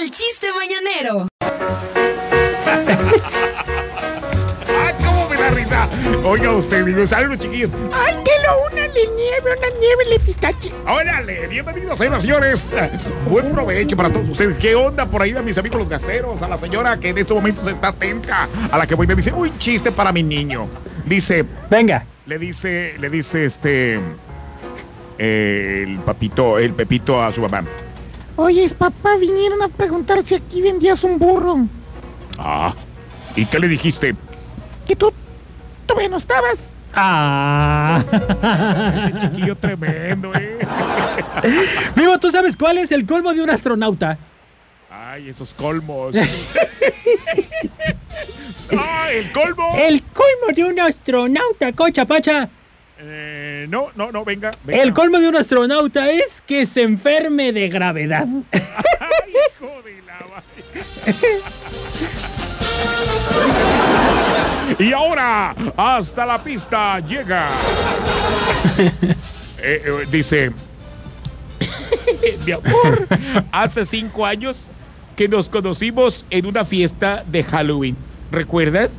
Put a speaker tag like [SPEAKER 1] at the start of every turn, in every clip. [SPEAKER 1] el chiste mañanero.
[SPEAKER 2] ¡Ay, cómo me da risa! Oiga usted, dinosaurio, chiquillos. ¡Ay, qué lo una le nieve, una nieve le pitache! ¡Órale! Bienvenidos, eh, naciones. Buen provecho para todos ustedes. ¿Qué onda por ahí a mis amigos los gaseros? A la señora que en estos momentos está atenta, a la que voy y me dice, uy, chiste para mi niño. Dice,
[SPEAKER 3] Venga.
[SPEAKER 2] le dice, le dice este. eh, el papito, el pepito a su mamá.
[SPEAKER 4] Oye, papá, vinieron a preguntar si aquí vendías un burro.
[SPEAKER 2] Ah, ¿y qué le dijiste?
[SPEAKER 4] Que tú todavía no estabas.
[SPEAKER 3] Ah.
[SPEAKER 2] Chiquillo tremendo, ¿eh?
[SPEAKER 3] Primo, ¿tú sabes cuál es el colmo de un astronauta?
[SPEAKER 2] Ay, esos colmos. ¡Ah, el colmo!
[SPEAKER 3] El colmo de un astronauta, cocha pacha.
[SPEAKER 2] Eh, no, no, no, venga. venga.
[SPEAKER 3] El colmo de un astronauta es que se enferme de gravedad.
[SPEAKER 2] Ay, hijo de la va- Y ahora, hasta la pista llega. Eh, eh, dice, mi amor, hace cinco años que nos conocimos en una fiesta de Halloween. ¿Recuerdas?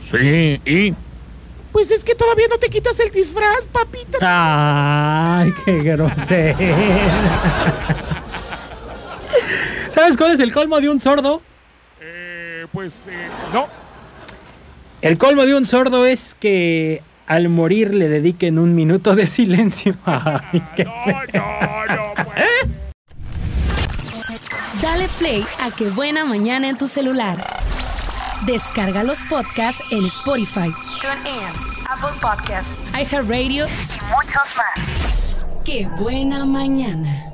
[SPEAKER 2] Sí, y...
[SPEAKER 4] Pues es que todavía no te quitas el disfraz, papito.
[SPEAKER 3] Ay, qué grosero. ¿Sabes cuál es el colmo de un sordo?
[SPEAKER 2] Eh, pues, eh, no.
[SPEAKER 3] El colmo de un sordo es que al morir le dediquen un minuto de silencio. Ay, qué ¿Eh?
[SPEAKER 2] No, no, no. pues.
[SPEAKER 1] Dale play a Que Buena Mañana en tu celular. Descarga los podcasts en Spotify, TuneIn, Apple Podcasts, iHeartRadio y muchos más. Qué Buena Mañana.